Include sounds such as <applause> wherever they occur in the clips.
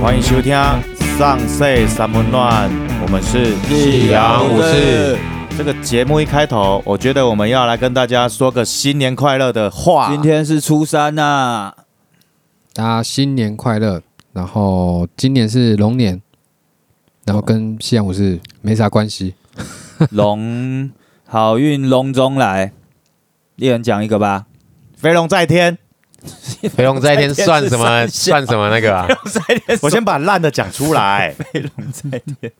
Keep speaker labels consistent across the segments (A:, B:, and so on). A: 欢迎收听《上岁三温暖》，我们是
B: 夕阳武士。
A: 这个节目一开头，我觉得我们要来跟大家说个新年快乐的话。
B: 今天是初三啊呐、
C: 大家新年快乐！然后今年是龙年，然后跟西洋武士没啥关系。
B: 龙好运龙中来，一人讲一个吧。
A: 飞龙在天，
D: 飞龙在天算
B: <laughs>
D: 什么？算什么那个啊？
A: 我先把烂的讲出来，
B: <laughs> 飞龙在天，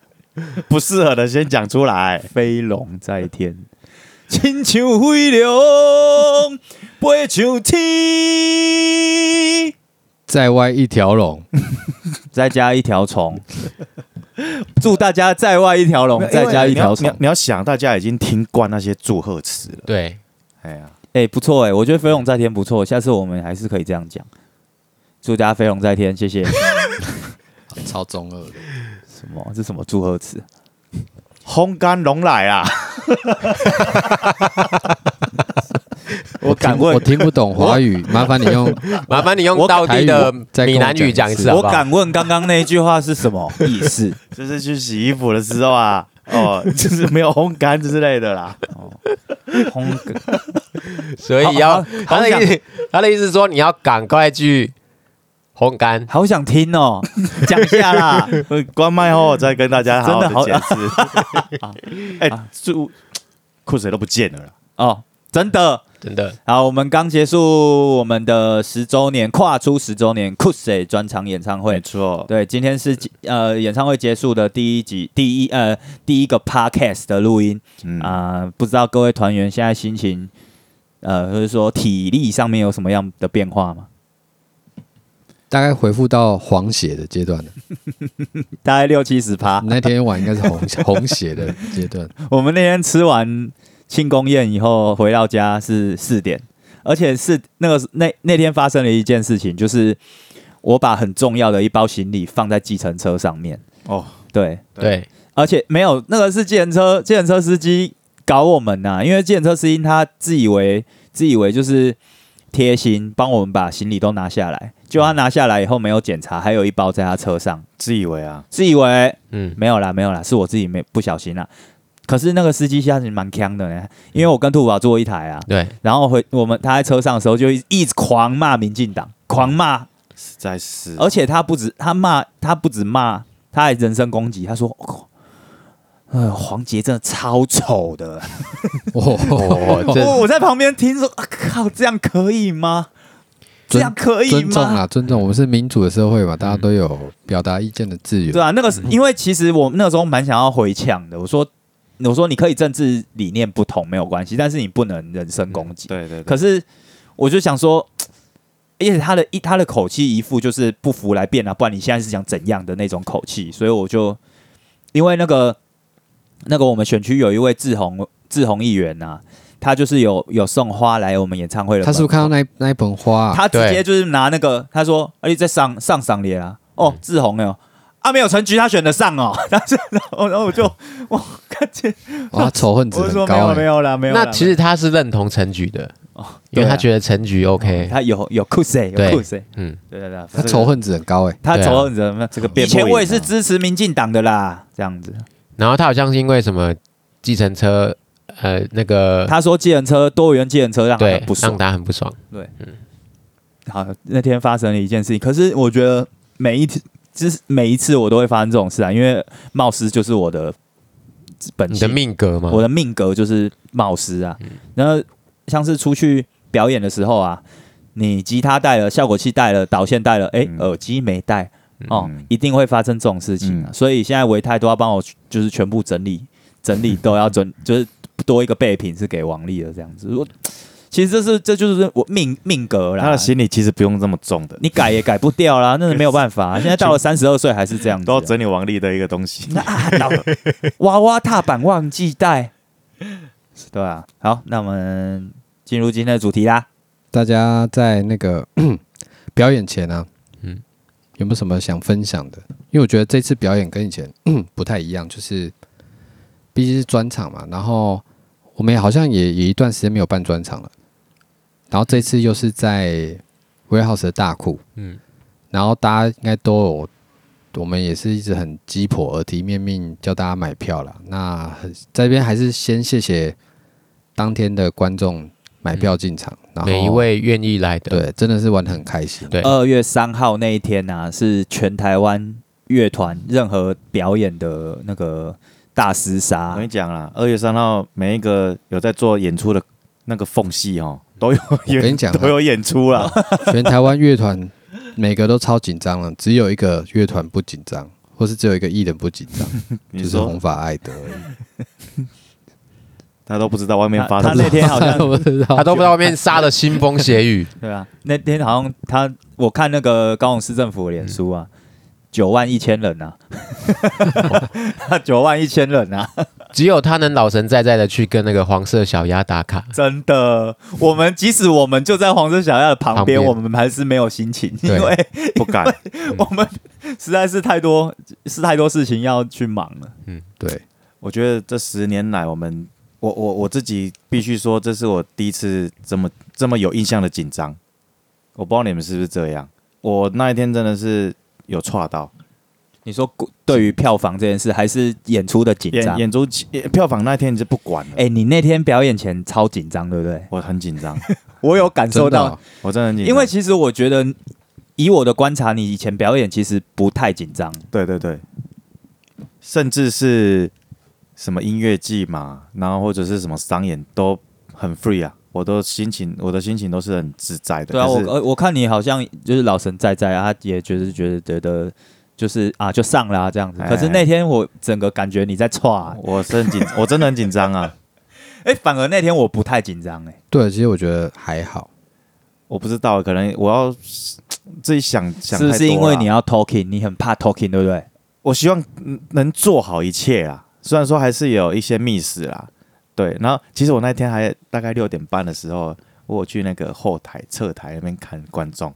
A: 不适合的先讲出来。
B: 飞龙在天，亲像飞龙飞上天，
C: 在外一条龙，
B: 再加一条虫。祝大家在外一条龙，再加一条
A: 你要
B: 虫。
A: 你要想，大家已经听惯那些祝贺词了。
D: 对，
A: 哎呀，
B: 哎、不错哎、我觉得飞龙在天不错，下次我们还是可以这样讲。祝大家飞龙在天，谢谢。
C: 超中二的。
B: 什么？这什么祝贺词？
A: 烘干龙来啊！
B: <laughs> 我敢问
C: 我听不懂华语，麻烦你用
D: <laughs> 麻烦你用道地的闽南语讲一次好
B: 我
D: 不好？
B: 敢问刚刚那一句话是什么意思？
A: 就是去洗衣服的时候啊，哦，就是没有烘干之类的啦。
B: 烘
D: <laughs> 所以要
B: 好
D: <laughs> 他的意思，他的意思说你要赶快去烘干。
B: <laughs> 好想听哦， <laughs> 讲一下啦。
A: 关麦后再跟大家好
B: 真的
A: 好
B: 好
A: 的解释。哎，祝裤子都不见了啦。
B: 哦，真的。
D: 真的，
B: 好，我们刚结束我们的十周年，跨出十周年 c u s e 专场演唱
A: 没
B: 会。
A: 错，
B: 对，今天是呃演唱会结束的第一集，第一呃第一个 podcast 的录音
A: 嗯啊，
B: 啊、不知道各位团员现在心情，呃，或者说体力上面有什么样的变化吗？
C: 大概回复到黄血的
B: <laughs>
C: 阶段了。
B: 大概六七十趴，
C: 那天晚应该是红
B: <laughs>
C: 红血的阶段，
B: 我们那天吃完庆功宴以后回到家是四点，而且是那个那那天发生了一件事情，就是我把很重要的一包行李放在计程车上面，
A: 哦，
B: 对，
D: 对，
B: 而且没有那个是计程车计程车司机搞我们呐、因为计程车司机他自以为自以为就是贴心帮我们把行李都拿下来，就他拿下来以后没有检查，还有一包在他车上，
A: 自以为啊，
B: 自以为
D: 嗯，
B: 没有啦，没有啦，是我自己没不小心啦。可是那个司机下是蛮强的
C: 嗯
B: 呢，因为我跟兔宝坐一台啊，
D: 对，
B: 然后回我们他在车上的时候就一直一直狂骂民进
C: 嗯
B: 党，狂骂，
A: 实在是。
B: 而且他不止他骂他不止骂，他还人身攻击，他说，哦、呃，黄杰真的超丑的，
C: 哦，
D: 哦，
B: 我
D: <laughs> 这
B: 我在旁边听说，啊靠，这样可以吗？这样可以
C: 尊重
B: 吗？
C: 啊，尊重。我们是民主的社会嘛，大家都有表达意见的自由
B: 嗯对。啊，那个
A: 嗯
B: 是因为其实我那个时候蛮想要回呛的，我说我说你可以政治理念不同没有关系，但是你不能人身攻击。
A: 嗯对对对，
B: 可是我就想说，而且他的一他的口气一副就是不服来辩啊，不然你现在是想怎样的那种口气，所以我就因为那个那个我们选区有一位志宏志宏议员呐、啊，他就是有有送花来我们演唱会的门口，
C: 他是不是看到那那一盆花啊？
B: 他直接
D: 对
B: 就是拿那个，他说，而且在上上赏脸啊，哦，志宏哎呦，啊没有陈菊他选的上哦，但是然后然后我就 <laughs> 我看见
C: 哇，他仇恨值
B: 我就
C: 很
B: 说没
C: 高
B: 有没
C: 欸。
B: 有啦没有啦，啊
D: 那其实他是认同陈菊的，因为他觉得陈菊 OK，
B: 他有有酷谁有
D: 对
B: 酷谁，
D: 嗯，
B: 对对对，
C: 他仇
B: 恨
C: 恨值很高哎，
B: 他
D: 对啊
B: 仇恨什么？
A: 这个
B: 以
A: 辩不
B: 前我也
A: 赢啊
B: 是支持民进党的啦，这样子。
D: 然后他好像是因为什么计程车，呃，那个
B: 他说计程车多元计程车让他
D: 对
B: 很不，爽
D: 让。他很不爽，
B: 好，那天发生了一件事情，可是我觉得每一次，就是每一次我都会发生这种事啊，因为冒失就是我的本
D: 你
B: 性啊
D: 的，命格嘛
A: 嗯
B: 我，的命格就是冒失啊。然后像是出去表演的时候啊，你吉他带了，效果器带了，导线带了，哎、
A: 嗯
B: 耳机没带哦，
A: 嗯
B: 一定会发生这种事情、啊。
A: 嗯
B: 所以现在维泰都要帮我，就是全部整理，整理都要整， <laughs> 就是多一个备品是给王力的这样子。我其实这是这就是我命命格
A: 他
B: 啦
A: 的。行李其实不用这么重的，
B: 你改也改不掉啦，那是没有
A: <laughs>
B: 办法、啊现在到了三十二岁还是这样子、
A: 都
B: 啊
A: 要，整理王力的一个东西。
B: 那啊， <laughs> 老娃娃踏板忘记带，对啊。好，那我们进入今天的主题啦。
C: 大家在那个 <coughs> 表演前啊，嗯
D: 嗯，
C: 有没有什么想分享的？因为我觉得这次表演跟以前 <coughs> 不太一样，就是毕竟是专场嘛，然后我们也好像也也一段时间没有办专场了，然后这次又是在 warehouse 的大库，嗯
D: 嗯，
C: 然后大家应该都有我们也是一直很鸡婆耳提面命叫大家买票了。那很在这边还是先谢谢当天的观众买票进场，然
B: 哦
C: 后
D: 嗯每一位愿意来的，
C: 对，真的是玩得很开心。
D: 对
B: 二月三号那一天呐、是全台湾乐团任何表演的那个大厮
A: 我
B: 杀
A: 跟你。讲啦，二月三号每一个有在做演出的那个缝隙哦，都有
C: 我跟
A: 演
C: 你讲啊，
A: 都有演出啦。
C: 全台湾乐团每个都超紧张了，只有一个乐团不紧张，或是只有一个艺人不紧
A: <laughs>
C: 张，
A: 你
C: 就是
A: 说
C: 红发艾德而
A: <laughs>
C: 已。
A: 他都不知道外面
B: 他
A: 发
B: 他
A: 生
B: 那
A: 什么，
B: 天好像
C: <laughs> 我不知道
D: 他都不知道外面杀的腥风血雨，
B: 对啊，那天好像他我看那个高雄市政府的脸书啊，九、万一千人啊， <laughs> 九万一千人啊，
D: 只有他能老神在在的去跟那个黄色小鸭打卡。
B: 真的，我们即使我们就在黄色小鸭的旁
D: 旁
B: 边，
D: 边
B: 我们还是没有心情，因
C: 对
B: 为
A: 不敢。
B: <laughs> 我们实在是太多是太多事情要去忙了。
C: 对，
A: 我觉得这十年来，我们我我我自己必须说，这是我第一次这么这么有印象的紧张。我不知道你们是不是这样，我那一天真的是有岔到
B: 你说对于票房这件事，还是演出的紧
A: 演
B: 张？
A: 演出演票房那天你是不管了，
B: 哎、你那天表演前超紧张，对不对？
A: 我很紧张，
B: 我有感受
C: <laughs> 真的
B: 到，
C: 哦
A: 我真的很紧张，
B: <laughs> 因为其实我觉得，以我的观察，你以前表演其实不太紧张。
A: 对对对，甚至是什么音乐季嘛，然后或者是什么商演都很 free 啊，我都心情我的心情都是很自在的。
B: 对啊，
A: 可
B: 我
A: 是
B: 呃我看你好像就是老神在在啊，他也觉得觉得觉得就是啊就上啦、这样子。
A: 哎
B: 可是那天我整个感觉你在歘，
A: 我是很紧，我真的很紧张啊！
B: <laughs> 哎、反而那天我不太紧张哎。
C: 对，其实我觉得还好。
A: 我不知道，可能我要自己想想
B: 是不
A: 太
B: 是
A: 多
B: 因为
A: 啦
B: 你要 talking，你很怕 talking，对不对？
A: 我希望嗯能做好一切啊。虽然说还是有一些 miss 啦，对。然后其实我那天还大概六点半的时候，我有去那个后台侧台那边看观众，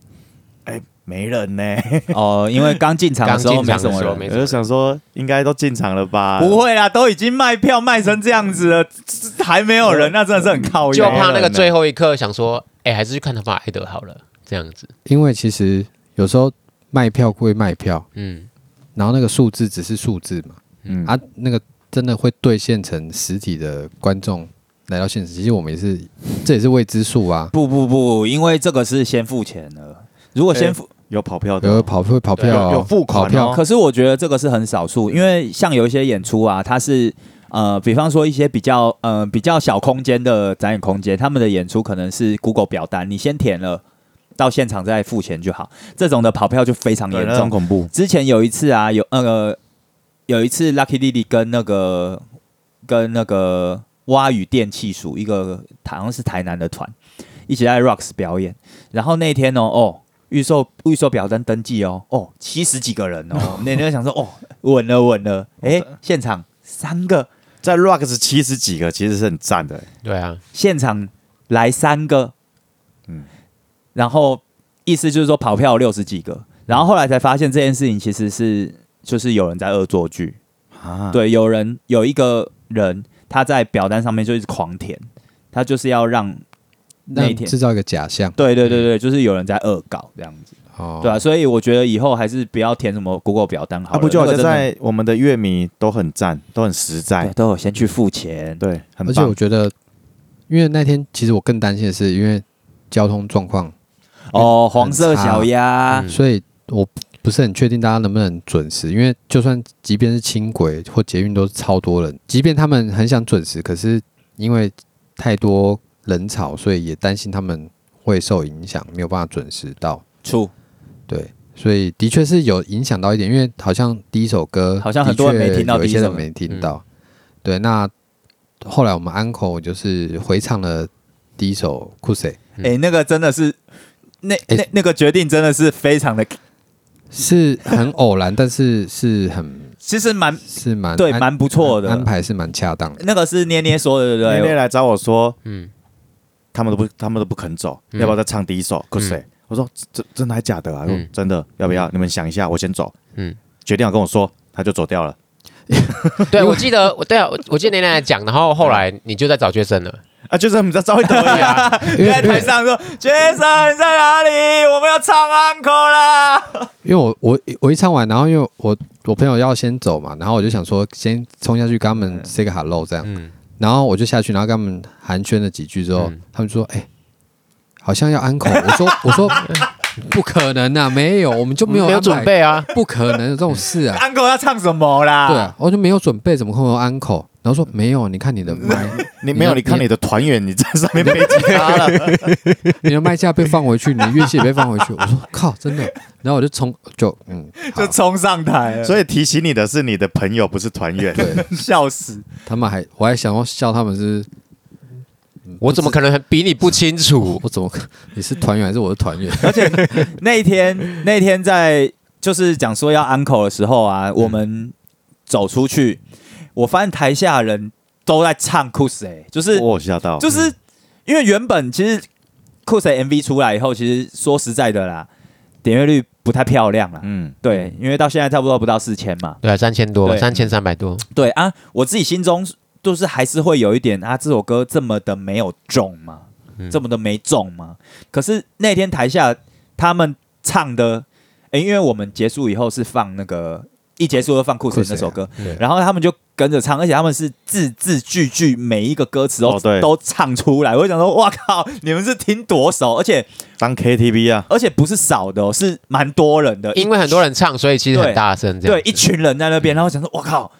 A: 哎，没人呢、
B: <laughs> 哦、因为刚进场的
D: 刚
B: 时
D: 进
B: 候没
D: 场
B: 什
D: 的
B: 么
D: 时候
B: 人，
D: 没
A: 我就
D: 什么
A: 想说应该都进场了吧？
B: 不会啦，都已经卖票卖成这样子了，这这还没有人，那真的是很靠
D: 人，
B: 腰
D: 就。怕那个最后一刻想说，哎，还是去看他妈艾德好了，这样子。
C: 因为其实有时候卖票归卖票，
D: 嗯，
C: 然后那个数字只是数字嘛，
A: 嗯
C: 啊，那个真的会兑现成实体的观众来到现实，其实我们也是，这也是未知数啊。
B: 不不不，因为这个是先付钱了。如果先
A: 哎
B: 付，
A: 有跑票的
C: 有
A: 哦，
C: 跑会跑票哦、
A: 有有付款哦
C: 跑票，
B: 可是我觉得这个是很少数，因为像有一些演出啊，它是呃，比方说一些比较呃比较小空间的展演空间，他们的演出可能是 Google 表单，你先填了，到现场再付钱就好。这种的跑票就非常
A: 对
B: 严
A: 那
B: 重
A: 很。恐怖。
B: 之前有一次啊，有那个、有一次 Lucky Lily 跟那个跟那个蛙语电器署一个好像是台南的团一起在 Rocks 表演，然后那天哦哦预售预售表单登记哦哦七十几个人哦，我们那天就想说哦稳了稳了，诶，
A: 哦
B: 现场三个
A: 在 Rocks 七十几个，其实是很赞的、
D: 对 <laughs> 啊，
B: 现场来三个，嗯
A: 嗯，
B: 然后意思就是说跑票六十几个，然后后来才发现这件事情其实是就是有人在恶作剧。
A: 啊。
B: 对，有人有一个人他在表单上面就一直狂填，他就是要让那
C: 那
B: 一天，
C: 制造一个假象
B: 对对对
A: 嗯
B: 对，就是有人在恶搞这样子，
C: 哦。
B: 对啊，所以我觉得以后还是不要填什么 Google 表单好
A: 啊，
B: 了，
A: 不就
B: 那
A: 好
B: 个
A: 像
B: 真的
A: 在我们的乐迷都很赞，都很实在
B: 对，都有先去付钱，
A: 对，很
C: 而且
A: 棒
C: 我。觉得，因为那天其实我更担心的是，因为交通状况，
B: 哦，黄色小鸭
D: 嗯
C: 所以我不是很确定大家能不能准时。因为就算即便是轻轨或捷运都是超多人，即便他们很想准时，可是因为太多人潮，所以也担心他们会受影响，没有办法准时到。
B: 处，
C: 对，所以的确是有影响到一点，因为好像第一首歌
B: 好像很多人没听到
C: 的确
B: 第一
C: 有一些
B: 首嗯
C: 人
B: 歌
C: 没听到。对，那后来我们 uncle 就是回唱了第一首《酷谁》，
D: 嗯
B: 哎，那个真的是。那
C: 哎
B: 那那个决定真的是非常的，
C: 是很偶然，但是是很
B: 其实蛮
C: 是蛮
B: 对
C: 安
B: 蛮不错的
C: 安排是蛮恰
B: <laughs>
C: 当的。
B: 那个是捏捏说的，对
A: 那
B: 不
A: 天
B: 对？
A: 来找我说，
D: 嗯，
A: 他们都不，他们都不肯走，
D: 嗯
A: 要不要再唱第一首？可谁、我说真真的还假的啊？他说
D: 嗯
A: 真的，要不要？你们想一下，我先走。
D: 嗯
A: 嗯，决定好跟我说，他就走掉了。
D: 对，我记得，我对啊，我我记得那天还讲，然后后来你就在找学生了，
A: 啊，就是我们在招一抖
D: <laughs>
A: 而已啊，
C: 因为
B: 在
C: 因
B: 台
C: 为
B: 上说：“杰森你在哪里？我们要唱 uncle 啦
C: 因为我我我一唱完，然后因为我我朋友要先走嘛，然后我就想说先冲下去跟他们 say 个 hello 这样，
D: 嗯，
C: 然后我就下去，然后跟他们寒暄了几句之后，
D: 嗯
C: 他们说：“哎、好像要
D: <laughs>
C: 安口。”我说：“我说不可能啊，没有，我们就没有
D: 没有
C: 安排
D: 准，备啊，
C: 不可能有这种事
D: <laughs>
C: 啊。”
B: ！uncle 要唱什么啦？”
C: 对啊，我就没有准备，怎么可能有安口？然后说没有，你看你的
D: <laughs>
C: 麦，
A: 你没有，你看你的团员你在上面背吉他了，
C: 你的麦架被放回去，你的乐器也被放回去。我说靠，真的。然后我就冲，就嗯，好
B: 就冲上台
A: <laughs>
B: 了，
A: 所以提醒你的是你的朋友，不是团员。
C: 对，
B: 笑死！
C: 他们还我还想要笑他们是，嗯
D: 我怎么可能比你不清楚？
C: 我怎么可你是团员还是我是团员？ <laughs>
B: 那一天，那一天在就是讲说要 uncle 的时候
C: 嗯
B: 啊，我们走出去，我发现台下人都在唱 c o s
A: <laughs>
B: 就是
A: 哦我有吓到，
B: 就是因为原本其实 c o s MV 出来以后，其实说实在的啦，点阅率不太漂亮啦。
A: 嗯，
B: 对，因为到现在差不多不到四千嘛。
D: 对啊，三千多，
B: 对
D: 三千三百多，
B: 对啊，我自己心中就是还是会有一点啊，这首歌这么的没有中嘛，
D: 嗯
B: 这么的没中嘛。可是那天台下他们唱的，诶，因为我们结束以后是放那个一结束就放库存那首歌，
C: 对
B: 然后他们就跟着唱，而且他们是字字句句每一个歌词都、
A: 哦对
B: 都唱出来。我就想说，哇靠，你们是听多少？而且
A: 当 KTV 啊，
B: 而且不是少的、哦，是蛮多人的，
D: 因为很多人唱，所以其实很大声，这样
B: 对
D: 子，
B: 一群人在那
C: 嗯
B: 边，然后想说，我靠，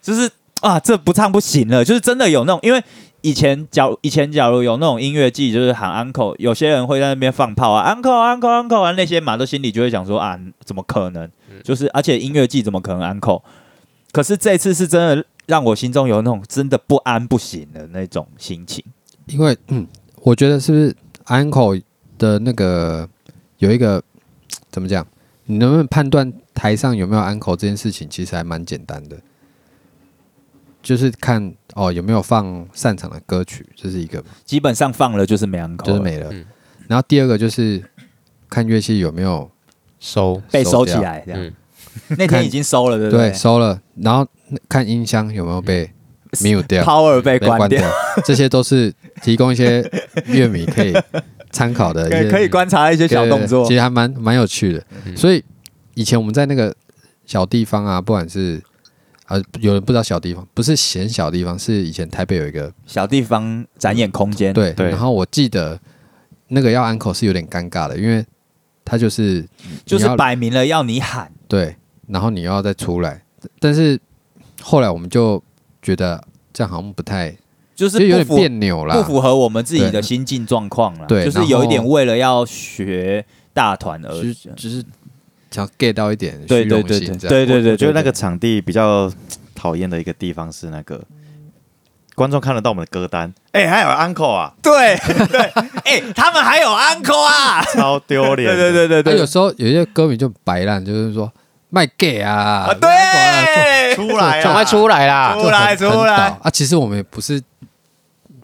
B: 就是啊，这不唱不行了，就是真的有那种，因为以前假如以前假如有那种音乐季，就是喊 uncle，有些人会在那边放炮啊，uncle uncle uncle 啊，那些马都心里就会想说啊，怎么可能？
C: 嗯
B: 就是而且音乐季怎么可能 uncle？可是这次是真的让我心中有那种真的不安不行的那种心情。
C: 因为嗯，我觉得是不是 uncle 的那个有一个怎么讲？你能不能判断台上有没有 uncle 这件事情，其实还蛮简单的，就是看哦有没有放擅长的歌曲，这是一个嘛，
B: 基本上放了就是没 uncle，
C: 就是
B: 了
C: 没了。
D: 嗯
C: 然后第二个就是看乐器有没有
D: 收
B: 被收
C: 收
B: 起
C: 掉
B: 来，这样、
D: 嗯
B: <laughs> 那天已经收了，对不
C: <laughs> 对收了，然后看音箱有没有被 mute 掉。
B: ？Power 被
C: 被
B: 关
C: 关
B: 掉
C: 掉。， <laughs> 这些都是提供一些乐迷可以参考的一
B: 可以 <laughs>
C: 些
B: 可以观察一些小
C: 对
B: 动作嗯
C: 其。实还蛮蛮有趣的。所以以前我们在那个小地方啊，不管是啊，有人不知道小地方，不是嫌小地方，是以前台北有一个
B: 小地方展演空间，，
C: 对，
A: 对
C: 然后我记得那个要安口是有点尴尬的，因为他就是
B: 就是
C: 你要
B: 摆明了要你喊，
C: 对，然后你又要再出来，但是后来我们就觉得这样好像不太，
B: 就是
C: 就有
B: 不
C: 点
B: 符
C: 别扭啦，
B: 不符合我们自己的
C: 对
B: 心境状况了，
C: 对
B: 就是
C: 然后
B: 有一点为了要学大团而
C: 只只是想 get 到一点
B: 呃对
C: 虚
B: 对
C: 荣
B: 对
C: 心
B: 对
C: 这样。啊
B: 对对对，
A: 我觉
B: 就
A: 得那个场地比较讨厌的一个地方是那个观众看得到我们的歌单，哎、还有 uncle 啊，
B: 对对，哎，他们还有
A: <laughs>
B: uncle 啊，
A: 超丢脸
B: <laughs>
A: 的。
B: 对对对对
C: 那、有
B: 对，
C: 时候有些歌迷就白烂，就是说卖 gay 啊，
B: 啊
C: 啊这种
B: 对，
A: 出来
D: <laughs> 赶
A: 啊！
D: 快出来啦！
B: 出来
C: 这种很
B: 出来
C: 很倒啊！其实我们也不是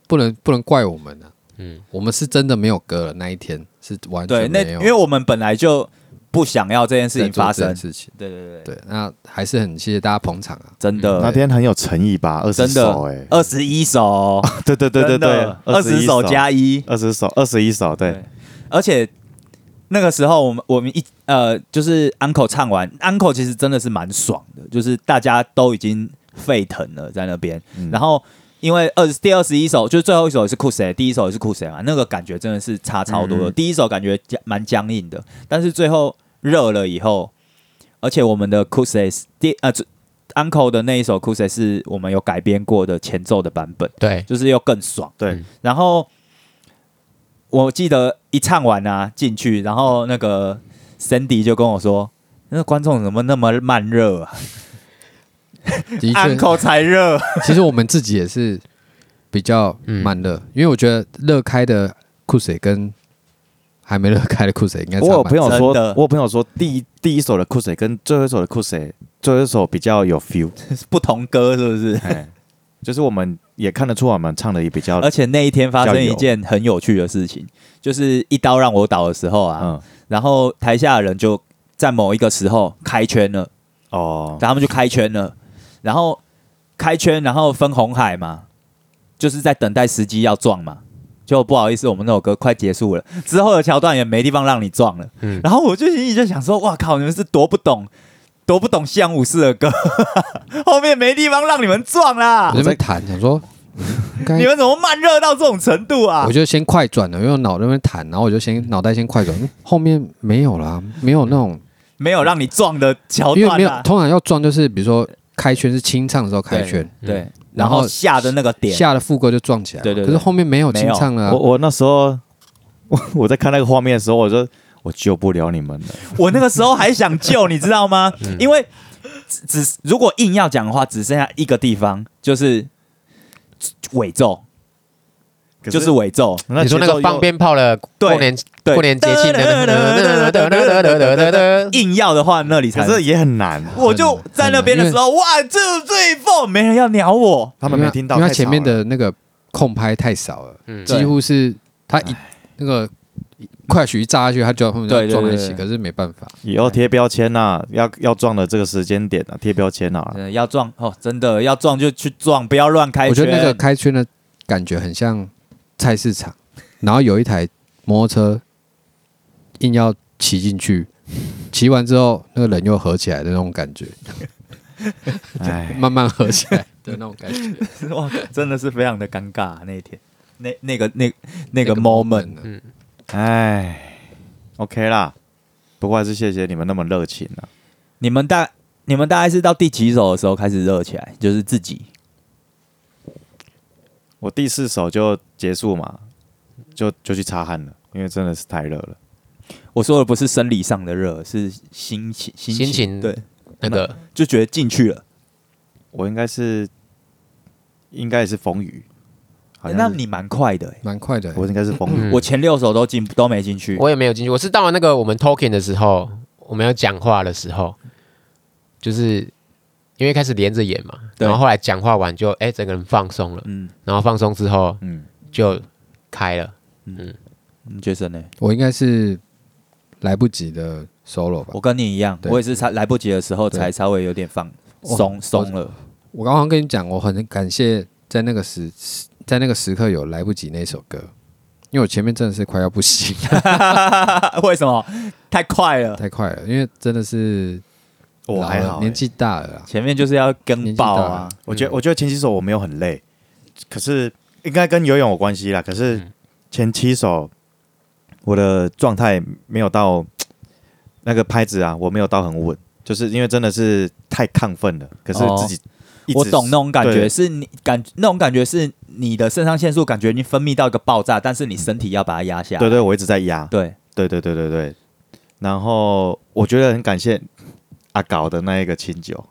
C: 不能不能怪我们啊，
D: 嗯，
C: 我们是真的没有歌了，那一天是完
B: 对，
C: 全
B: 那
C: 没有
B: 因为我们本来就不想要这件事
C: 在
B: 情
C: 做
B: 发
C: 这
B: 生
C: 件，事情。
B: 对对对，
C: 对，那还是很谢谢大家捧场
B: <laughs>
C: 啊！
B: 真
A: 那
B: 的，
A: 天很有诚意吧？二十
B: 真的
A: 首
B: <laughs>
A: 哎、
B: 二十一首，
A: 对对对对
B: 真
A: 对
B: 的，二十
A: 21
B: 首加一，
A: 二十首，二十一首，对
B: 对，而且那个时候我们我们一呃，就是 uncle 唱完，uncle 其实真的是蛮爽的，就是大家都已经沸腾了在那边，
A: 嗯
B: 然后。因为二第二十一首就是最后一首也是酷谁，第一首也是酷谁嘛，那个感觉真的是差超多的。
D: 嗯
B: 第一首感觉僵蛮僵硬的，但是最后热了以后，而且我们的酷谁第呃最 uncle 的那一首酷谁是我们有改编过的前奏的版本，
D: 对，
B: 就是又更爽。
A: 对
D: 嗯，
B: 然后我记得一唱完啊进去，然后那个 Sandy 就跟我说：“那个观众怎么那么慢热啊
C: 的确，
B: ？uncle 才热。
C: 其实我们自己也是比较慢热，因为我觉得热开的酷水跟还没热开的酷水应该差
A: 我
C: 蛮
A: 有朋友
B: 真
A: 说
B: 的，
A: 我有朋友说第一第一首的酷谁跟最后一首的酷谁，最后一首比较有 feel，”
B: 不同歌是不是？
A: 哎，就是我们也看得出我们唱的也比较
B: 而且那一天发生一件很有趣的事情，就是一刀让我倒的时候啊，
A: 嗯
B: 然后台下的人就在某一个时候开圈了，
A: 哦，
B: 然后他们就开圈了，然后开圈，然后分红海嘛，就是在等待时机要撞嘛。就不好意思，我们那首歌快结束了，之后的桥段也没地方让你撞了。
D: 嗯
B: 然后我就心里就想说，哇靠，你们是多不懂，多不懂西洋武士的歌， <laughs> 后面没地方让你们撞啦
C: 我。这边弹，想说
B: <laughs>
C: 应该
B: 啊你们怎么慢热到这种程度啊
C: 我？就先快转了，因为我脑袋那边弹，然后我就先脑袋先快转，嗯后面没有啦，没有那种，
B: 没有让你撞的桥
C: 因为
B: 段
C: 没有
B: 啊，
C: 通常要撞就是比如说开圈是清唱的时候开圈，
B: 对，然
C: 然
B: 后
C: 后
B: 下的那个点，
C: 下了副歌就撞起来嘛，
B: 对对对
C: 可是后面没有
B: 没
C: 清
B: 有
C: 唱了啊、
A: 我我那时候我我在看那个画面的时候，我说我救不了你们了。
B: 我那个时候还想救，你知道吗？因为只只如果硬要讲的话，只剩下一个地方，就是尾奏，
A: 可
B: 就是尾奏，
A: 那
D: 你说那
A: 节奏又
D: 个放鞭炮了，
B: 对
D: 过年
B: 对，
D: 过年节庆的，
B: 硬要的话，那里才
A: 可是也很
B: <laughs>
A: 难，
B: 我就在那边的时候，哇，这最棒，没人要鸟我。
A: 他们
C: 因为
A: 没听到，
C: 因为它
A: 太
C: 前面
A: 吵了
C: 的那个空拍太少了，
D: 嗯
B: 对
C: 几乎是他一那个快曲一炸下去，他就他们
B: 对
C: 就
B: 对
C: 撞在
B: 对
C: 一起，
B: 对
C: 可是没办法，
A: 以后贴标签呐，要要撞的这个时间点啊，贴标签啊。
B: 真的要撞哦，真的要撞就去撞，不要乱开
C: 我觉
B: 圈。
C: 得那个开圈的感觉很像菜市场，然后有一台摩托车硬要骑进去，骑完之后那个人又合起来的那种感觉，
A: 哎，
C: 慢慢合
A: <laughs>
C: 起来的那种感觉，
B: 个哇，真的是非常的尴尬、那一天，那那个那那个 moment，
A: 嗯
C: 呢
A: 哎，OK 啦，不过还是谢谢你们那么热情啊。
B: 你们大你们大概是到第几首的时候开始热起来？就是自己
A: 我第四首就结束嘛，就就去擦汗了，因为真的是太热了。
B: 我说的不是生理上的热，是心情心
D: 心情
B: 对，
D: 那个
B: 就觉得进去了。
A: 我应该是，应该也是风雨，好像
B: 那
A: 是
B: 你蛮快的、欸，
C: 蛮快的。
A: 我应该是风雨。
D: 嗯
B: 我前六首都进都没进去。
D: 我也没有进去，我是到了那个我们 talking 的时候，我们要讲话的时候，就是因为开始连着演嘛，
B: 对
D: 然后后来讲话完就哎整个人放松了，
B: 嗯
D: 然后放松之后
A: 嗯，
D: 就开了，
B: 嗯杰森呢？
C: 我应该是来不及的 solo 吧
B: 我。跟你一样，
C: 对
B: 我也是才来不及的时候才
C: 对
B: 稍微有点放
C: 我
B: 松松了。 <laughs>
C: 我刚刚跟你讲，我很感谢在那个时在那个时刻有来不及那首歌，因为我前面真的是快要
A: <laughs>
C: 不行，
B: 为什么？太快了，
C: 太快了，因为真的是
A: 我
C: 老
A: 还
C: 了
A: 好欸、
C: 年纪大了啊啦。
B: 前面就是要跟爆啊！
A: 我觉得我觉得前几首我没有很累，可是应该跟游泳有关系啦。可是
D: 嗯
A: 前七首我的状态没有到那个拍子啊，我没有到很稳，就是因为真的是太亢奋了。可是
B: 哦
A: 自己一直
B: 我懂那种感觉，
A: 对
B: 是你感那种感觉是你的肾上腺素感觉已经分泌到一个爆炸，但是你身体要把它压下来。
A: 对对，我一直在压，
B: 对，
A: 对对对对对。然后我觉得很感谢阿搞的那一个清酒，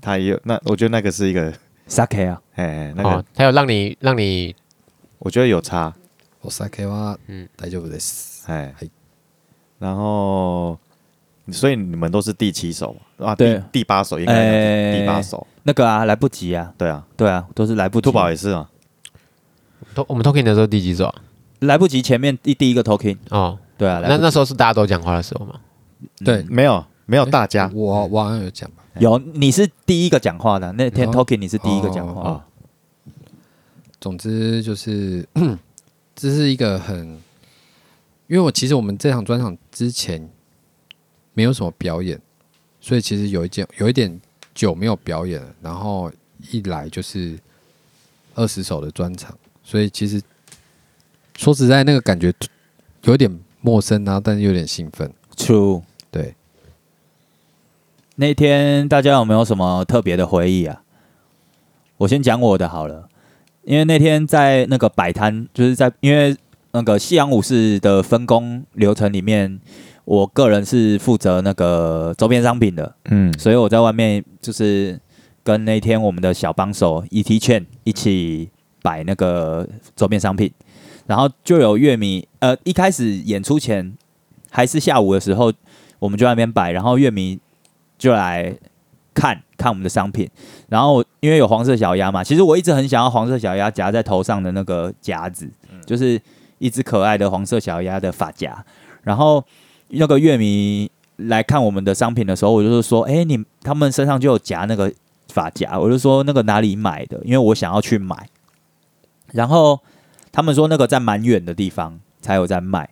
A: 他也有那我觉得那个是一个
B: 撒 K 啊，
A: 哎那个、
D: 哦，他有让你让你
A: 我觉得有差。
C: 我撒开哇，
D: 嗯
C: 嗯，大丈夫です。
A: 哎
C: はい，
A: 然后，所以你们都是第七首啊？
B: 对
A: 第第八首应该讲
B: 哎
A: 第八首，
B: 那个啊，来不及啊，
A: 对
D: 嗯
A: 啊，
B: 对啊，都是来不及
A: 兔，宝也是啊，
D: 我们 talking 的时候第几首啊？
B: 来不及前面第第一个 talking，
D: 哦，
B: 对啊，来
D: 那
B: 不
D: 那时候是大家都讲话的时候嘛，
C: 对，
A: 没有没有大
D: 哎
A: 家，嗯
C: 我我好像有讲吧，
B: 有你是第一个讲话的那天
C: 哦
B: talking，你是第一个讲
C: 哦
B: 话，
C: 总之就是， <clears throat> 这是一个很，因为我其实我们这场专场之前没有什么表演，所以其实有一件有一点久没有表演了，然后一来就是二十首的专场，所以其实说实在那个感觉有点陌生啊，但是有点兴奋，
B: true。
C: 对，
B: 那天大家有没有什么特别的回忆啊？我先讲我的好了，因为那天在那个摆摊，就是在因为那个西洋武士的分工流程里面，我个人是负责那个周边商品的，
A: 嗯
B: 所以我在外面就是跟那天我们的小帮手 ET 券一起摆那个周边商品，然后就有乐迷，呃，一开始演出前还是下午的时候，我们就在那边摆，然后乐迷就来看看我们的商品，然后我因为有黄色小鸭嘛，其实我一直很想要黄色小鸭夹在头上的那个夹子，就是一只可爱的黄色小鸭的发夹，然后那个乐迷来看我们的商品的时候，我就是说，哎、你他们身上就有夹那个发夹，我就说那个哪里买的，因为我想要去买。然后他们说那个在蛮远的地方才有在卖，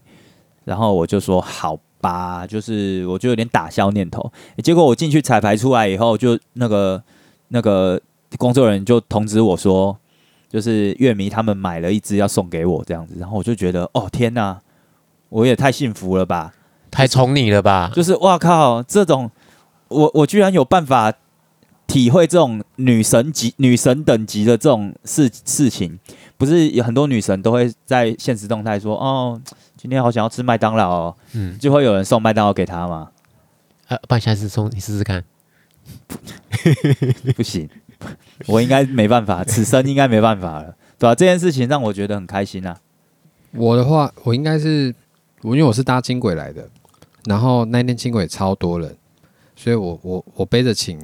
B: 然后我就说好吧，就是我就有点打消念头。诶结果我进去彩排出来以后，就那个那个工作人员就通知我说，就是乐迷他们买了一支要送给我这样子，然后我就觉得哦天哪，我也太幸福了吧！
D: 太宠你了
B: <laughs>
D: 吧？
B: 就是哇靠，这种我我居然有办法体会这种女神级、女神等级的这种事事情，不是有很多女神都会在现实动态说哦，今天好想要吃麦当劳、哦，
D: 嗯，
B: 就会有人送麦当劳给她 <laughs> 吗？
D: 呃，不然下次送你试试看。
B: 不行，我应该没办法，此生应该没办法了，对吧、这件事情让我觉得很开心 <laughs> 啊。
C: 我的话，我应该是我因为我是搭轻轨来的，然后那天轻轨超多人，所以我我我背着琴，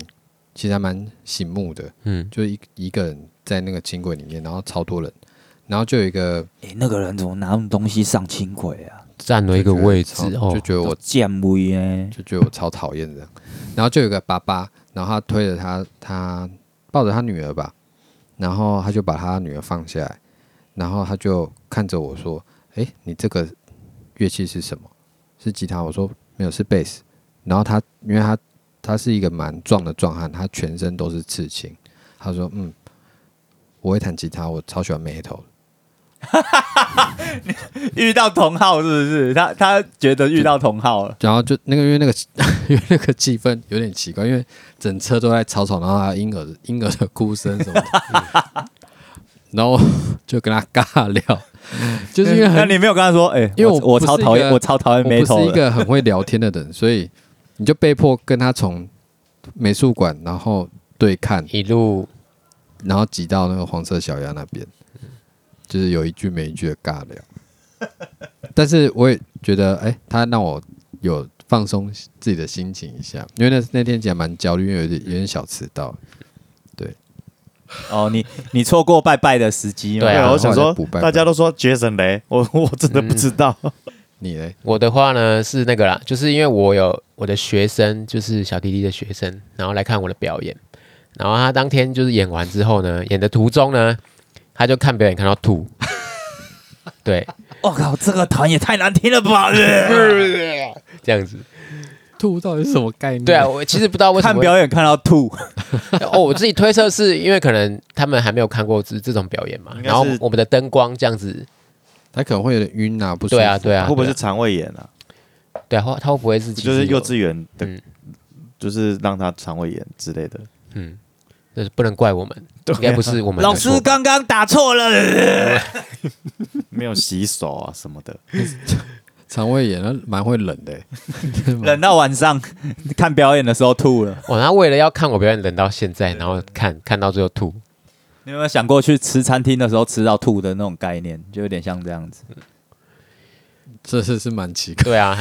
C: 其实还蛮醒目的，
D: 嗯，
C: 就一一个人在那个轻轨里面，然后超多人，然后就有一个
B: 诶、哎那个人怎么拿那么东西上轻轨啊？
D: 占了一个位置哦
C: 就，觉得我
B: 我见不耶，
C: 就觉得我超讨厌的。然后就有个爸爸，然后他推着他，他抱着他女儿吧，然后他就把他女儿放下来，然后他就看着我说：“诶，你这个乐器是什么？是吉他？”我说：“没有，是贝斯。”然后他，因为他他是一个蛮壮的壮汉，他全身都是刺青。他说：“嗯，我会弹吉他，我超喜欢 metal 的。
B: 遇到同号是不是？他他觉得遇到同号了。
C: 然后就那个，因为那个， <laughs> 因为那个气氛有点奇怪，因为整车都在吵吵闹闹，婴儿婴儿的哭声什么的，嗯然后就跟他尬聊，就是因为
B: 那
C: 很，
B: 你没有跟他说，哎、
C: 因为
B: 我
C: 我不是
B: 超讨
C: 一
B: 厌，
C: 个
B: 我超讨
C: 我
B: 厌
C: 不是
B: metal
C: 一
B: 的，
C: 个很会聊天的人，所以你就被迫跟他从美术馆然后对看，
D: 一路
C: 然后挤到那个黄色小鸭那边，就是有一句没一句的尬聊。但是我也觉得，哎、他让我有放松自己的心情一下，因为那那天其实还蛮焦虑，因为有点有点小迟到。
B: 哦，你你错过拜拜的时机嘛？
D: 对啊
A: 我想
C: 后来
A: 说
C: 就补拜，拜
A: 大家都说杰森雷，我我真
D: 嗯
A: 的不知道。
D: 啊
C: 你嘞？
D: 我的话呢是那个啦，就是因为我有我的学生，就是小弟弟的学生，然后来看我的表演，然后他当天就是演完之后呢，演的途中呢，他就看表演看到吐， <laughs> 对，
B: 我、哦靠，这个团也太难听了吧！呃
D: 这样子，
C: 吐到底是什么概念？
D: 对啊，，我其实不知道为什
B: 看
D: 么 <laughs>
B: 表演看到吐，
D: 哦，我自己推测是因为可能他们还没有看过这这种表演嘛
A: 应，该是
D: 然后我们的灯光这样子，
C: 他可能会有点晕啊，不舒服。
D: 对啊，对啊，
A: 会不会是
D: 对啊
A: 肠胃炎啊？
D: 对啊？会他会不会是其实
A: 就是
D: 有
A: 幼稚园的
D: 嗯，
A: 就是让他肠胃炎之类的。
D: 嗯，就是不能怪我们，啊
A: 啊
D: 应该不是我们的
B: 老师
D: 错
B: 刚刚打错了。呃
A: 没有洗手啊什么的，
C: 肠胃炎，那蛮会冷的、
B: 冷到晚上 <laughs> 看表演的时候吐了。
D: 哦，他为了要看我表演，等到现在，然后看看到最后吐。
B: 你有没有想过去吃餐厅的时候吃到吐的那种概念，就有点像这样子？
C: 这是是蛮奇怪，
D: 对啊，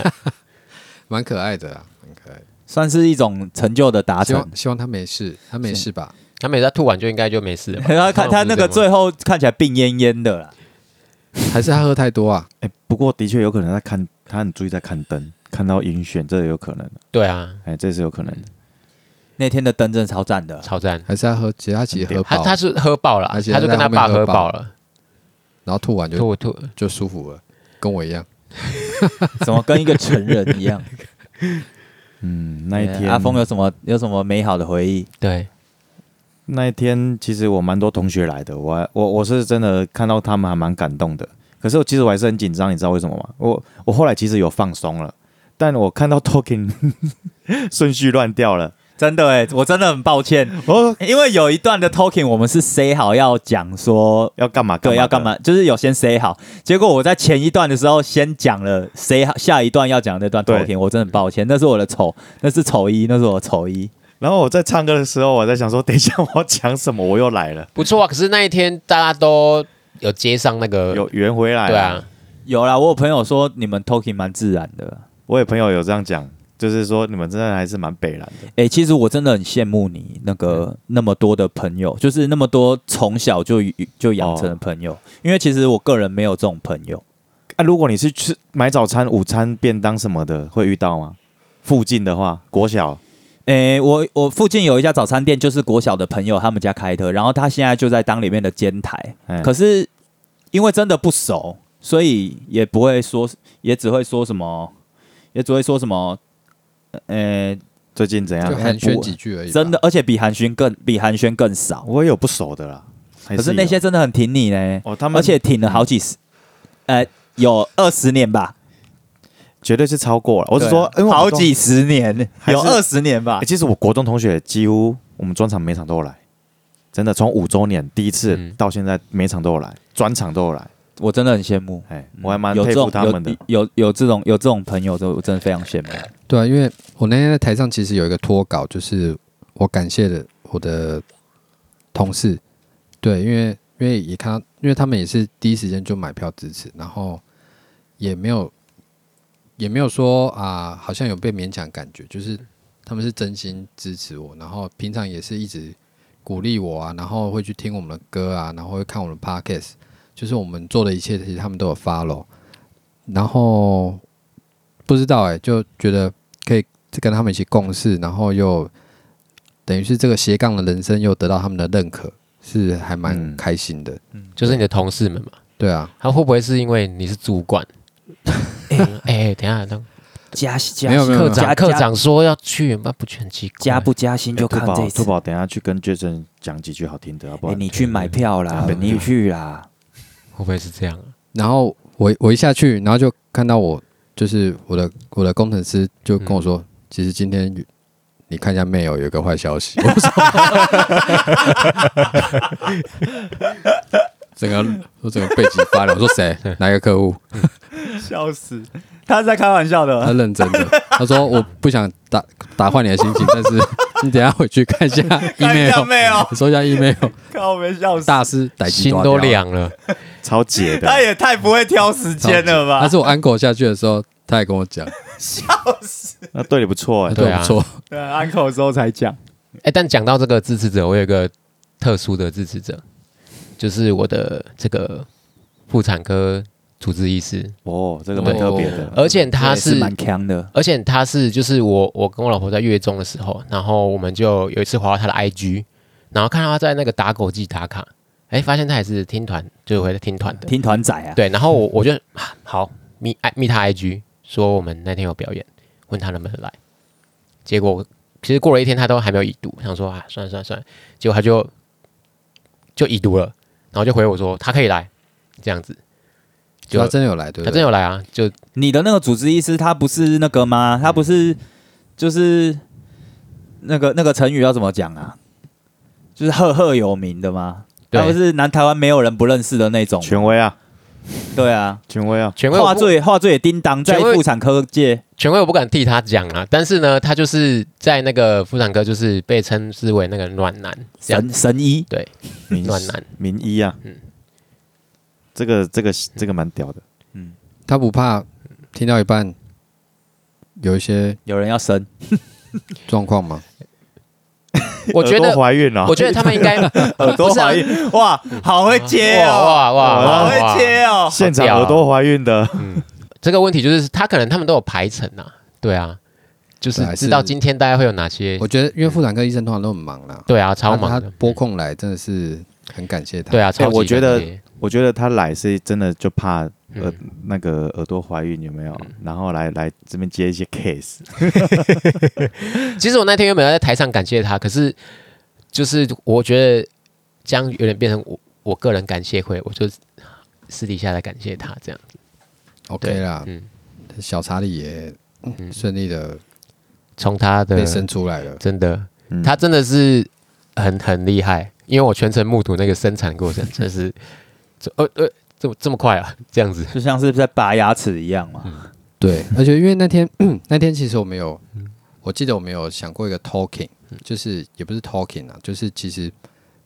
C: 蛮可爱的啊，蛮可爱的。
B: 算是一种成就的
D: 啊
B: 达
C: 希
B: 成。
C: 望希望他没事，他没事吧？
D: 他每次他吐完就应该就没事了吧。
B: <laughs> <laughs> 他看他那个
D: 最
B: 最后看起来病恹恹的啦，
C: 还是他喝太多啊？
A: 哎、不过的确有可能在看，他很注意在看灯，看到晕眩，这有可能，
D: 对啊，
A: 哎、这是有可能的。
B: 那天的灯真的超赞
D: <laughs>
B: 的，
D: 超赞。
C: 还是他喝？其实他其实喝
D: 他
C: 饱，
D: 他是喝爆了，
C: 而且
D: 他就跟他爸喝爆了，
C: 然后吐完就
D: 吐吐
C: 就舒服了，跟我一样。
B: 怎么跟一个成人一样？
A: 嗯，那一
B: 对
A: 天，
B: 阿峰有什么有什么美好的回忆？
D: 对，
A: 那一天，其实我蛮多同学来的，我还我我是真的看到他们还蛮感动的。可是我其实我还是很紧张，你知道为什么吗？我我后来其实有放松了，但我看到 Token <laughs> 顺序乱掉了，
B: 真的哎、我真的很抱歉，
A: 哦，
B: 因为有一段的 talking 我们是 say 好要讲说。
A: 要干嘛干嘛？
B: 对，要干？嘛？就是有先 say 好，结果我在前一段的时候先讲了 say 好，下一段要讲的那段
A: 对
B: talking，我真的很抱歉，那是我的丑，那是丑一，那是我的丑一。
A: 然后我在唱歌的时候，我在想说，等一下我要讲什么，我又来了，
D: 不错啊。可是那一天大家都有接上那
B: 呃
D: 个，
A: 有圆回
C: 哎
A: 来了。
D: 对啊，
B: 有啦，我有朋友说你们 talking 蛮自然的，
A: 我有朋友有这样讲，就是说你们真的还是蛮北蓝的。
B: 哎、其实我真的很羡慕你那个那么多的朋友，就是那么多从小就就养成的朋友，因为其实我个人没有这种朋友，
A: 啊，如果你是吃买早餐、午餐、便当什么的，会遇到吗？附近的话，国小
B: 诶、我我附近有一家早餐店，就是国小的朋友他们家开的，然后他现在就在当里面的监台。
A: 嗯
B: 可是因为真的不熟，所以也不会说，也只会说什么，也只会说什么，呃，
A: 最近怎样
C: 就？寒暄几句而已吧。
B: 真的，而且比寒暄更比寒暄更少。
A: 我也有不熟的啦，还
B: 可是
A: 有
B: 那些真的很挺你嘞，
A: 哦，他们
B: 而且挺了好几十，呃，有二十年吧，
A: 绝对是超过了。我是说，因
B: 对
A: 为
B: 啊
A: 我们
B: 好
A: 中
B: 几十年，
A: 还是
B: 有二十年吧
A: 欸，其实我国中同学几乎我们专场每场都有来，真的从五周年第一次
D: 嗯
A: 到现在每场都有来，专场都有来。
B: 我真的很羡慕。
A: 哎、我还蛮
B: 嗯有这
A: 佩
B: 种
A: 服他们的。
B: 有有有这种有这种朋友的，我真的非常羡慕。
C: 对啊，因为我那天在台上其实有一个脱稿，就是我感谢了我的同事，对，因为因为也看到，因为他们也是第一时间就买票支持，然后也没有也没有说啊，好像有被勉强感觉，就是他们是真心支持我，然后平常也是一直鼓励我啊，然后会去听我们的歌啊，然后会看我们的 podcast，就是我们做的一切，其实他们都有 follow，然后不知道哎、就觉得可以跟他们一起共事，然后又等于是这个斜杠的人生又得到他们的认可，是还蛮
A: 嗯
C: 开心的。
D: 就是你的同事们嘛，
C: 对啊，
D: 他会不会是因为你是主
C: <laughs>
D: 管？哎，等一下，那
B: 加 <laughs> 加
C: 没有没有
D: 课
C: 没有
D: 长课长说要去，那不去很奇怪？
B: 加不加薪就
A: 欸
B: 看
A: 兔宝
B: 这一
A: 兔
B: 次。
A: 宝，嗯等一下去跟 Jason 讲几句好听的，好不
B: 哎、
A: 好？
B: 你去买票啦，
A: 本地
B: 你去啦。
D: 会不会是这样啊？
C: 然后我我一下去，然后就看到我就是我的我的工程师就跟
D: 嗯
C: 我说，其实今天有你看一下 mail 有一个坏消息，我
D: <laughs>
C: 说整个我整个背脊发凉，我说
D: <laughs>
C: 谁哪一个客户？
B: 笑死，他是在开玩笑
C: 他
B: 的。
C: 认真的，他说我不想打打坏你
B: <laughs>
C: 的心情，但是你等一下回去看一下 email，
B: 没有，
C: 收一下 email，
B: <laughs> 靠，没笑死
C: 大师逮鸡
D: 心
C: 抓
D: 都
C: 掉
D: 凉了，
A: 超解
B: <laughs>
A: 的，
B: 也太不会挑时
C: 但？是我安狗下去的时候，他也跟我讲，
A: 那对你不错
B: <laughs>
A: 哎、
C: 他
A: 欸。
C: 对我
D: 啊
C: 不错，
B: 对，安口的时候才讲。
D: 哎、但讲到这个支持者，我有一个特殊的支持者，就是我的这个妇产科主治医师，
A: 哦，这个蛮特别
C: 哦
A: 的。
D: 而且他
B: 他
D: 是，
B: 蛮强的，
D: 而且他是就是我我跟我老婆在月中的时候，然后我们就有一次滑到他的 IG，然后看到他在那个打狗记打卡，哎、发现他也是听团，就是回来听团的，
B: 听团仔啊。
D: 对，然后我我就、啊好密哎密他 IG 说我们那天有表演，问他能不能来。结果其实过了一天，他都还没有已读，想说啊，算了算了算了。结果他就就已读了，然后就回我说他可以来，这样子。
C: 就他真的有来，对
D: 他
C: 不
D: 真
C: 对？
D: 有来啊，就
B: 你的那个主治医师，他不是那个吗？他不
A: 嗯
B: 是就是那个那个成语要怎么讲啊？就是赫赫有名的吗？
D: 对
B: 他不是南台湾没有人不认识的那种吗。
A: 权威啊，
B: 对啊，
A: 权威啊，
D: 权威我
B: 话
D: 不
B: 最话最也叮当，在
D: 权威
B: 妇产科界，
D: 权威我不敢替他讲啊，但是呢，他就是在那个妇产科就是被称之为那个暖男，这样
B: 神神医
A: 民
D: 暖男
A: 民医啊，
D: 嗯
A: 这个这个这个蛮屌的。
C: 他不怕听到一半有一些
B: 有人要生，
C: 状况吗？
D: 我觉
A: 耳
D: 得
A: 朵，怀孕了、啊
D: 我觉得他们应该
B: <laughs>
D: 啊
B: 耳朵怀孕，哇，好会接哦，
D: 哇哇哇
B: 好
D: 哇
B: 会
D: 哇
B: 接哦，
A: <laughs> 现场
D: 屌啊
A: 耳朵怀孕的，
D: 这个问题就是他可能他们都有排程啊，对啊，就是
C: 对还是
D: 知道今天大家会有哪些
C: 我，觉得因为妇产科医生通常都很忙啦，
D: 对啊，超
C: 那
D: 忙
C: 他
D: 的，
C: 拨空来真的是很感谢他。
D: 对啊，超级
A: 我觉得
D: 感谢
A: 我觉得他来是真的就怕呃、
D: 嗯
A: 那个耳朵怀孕有没有，然后来来这边接一些 case，
D: 其实我那天原本要在台上感谢他，可是就是我觉得这样有点变成我我个人感谢会，我就私底下来感谢他这样，
C: ，OK 啦，
D: 嗯，
C: 小查理也嗯顺利的
D: 从他的
C: 被生出来了。
D: 真的，
A: 嗯
D: 他真的是很很厉害，因为我全程目睹那个生产过程，真是这呃呃这么这么快啊，这样子，
B: 就像是在拔牙齿一样嘛。
C: 嗯对，而且因为那天那天其实我们有，我记得我们有想过一个 talking，就是也不是 talking 啊，就是其实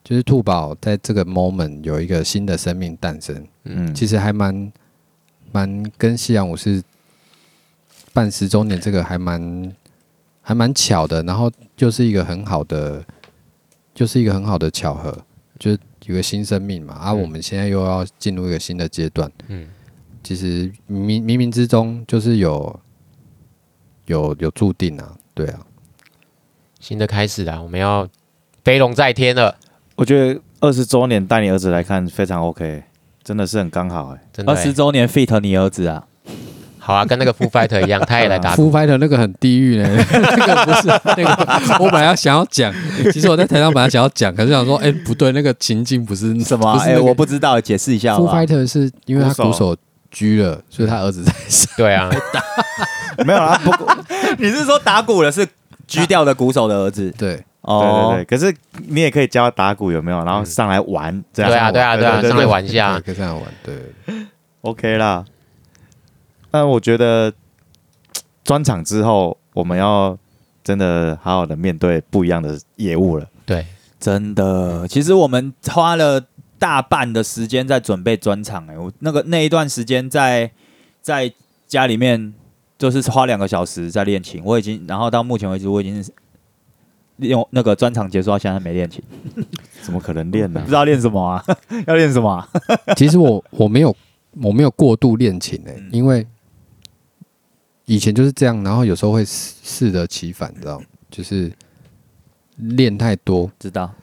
C: 就是兔宝在这个 moment 有一个新的生命诞生，
A: 嗯，
C: 其实还蛮蛮跟西洋武士办十周年这个还蛮还蛮巧的，然后就是一个很好的，就是一个很好的巧合，就是有个新生命嘛。啊，
D: 嗯
C: 我们现在又要进入一个新的阶段，
D: 嗯，
C: 其实冥冥冥之中就是有有有注定啊，对啊，
D: 新的开始啊，我们要飞龙在天了。
A: 我觉得二十周年带你儿子来看非常 OK，真的是很刚好哎、
D: 真的
B: 二
D: 欸、
B: 十周年 fit 你儿子啊，
D: 好啊，跟那个 Foo Fighter 一样，他也
B: <laughs>
D: 来打
C: 夫
D: 鼓。
C: 拍的那个很地狱 <laughs> 呢，那个不是那个，我本来要想要讲，其实我在台上本来想要讲，可是想说，哎、不对，那个情境不是
B: 什么啊？啊
C: 不是
B: 哎、
C: 那个
B: 我不知道，解释一下好不
C: Foo
B: 好
C: Fighter 是因为他
A: 鼓
C: 鼓
A: 手
C: 手狙了，所以他儿子在上。
D: 对啊，
A: <laughs> 没有啦，不过
B: <laughs> 你是说打鼓的是狙掉的鼓手的儿子？
C: 对，
D: 哦
A: 对对对，
B: 哦
A: 可是你也可以教他打鼓有没有？然后上来玩，这样
D: 对啊，对啊，对啊，
A: 对对
D: 上来玩一下
C: 对，可以这样玩。对，
A: OK 啦。但我觉得专场之后，我们要真的好好的面对不一样的业务了。
D: 对，
B: 真的，其实我们花了大半的时间在准备专场、哎，我那个那一段时间在在家里面就是花两个小时在练琴，我已经，然后到目前为止我已经是用那个专场结束到现在还没练琴，
A: 怎么可能练呢
B: <laughs> 不、知道练什么啊，要练什么、啊？
C: <laughs> 其实我我没有我没有过度练琴诶、因为以前就是这样，然后有时候会适适得其反，你知道吗？就是练太多，
B: 知道，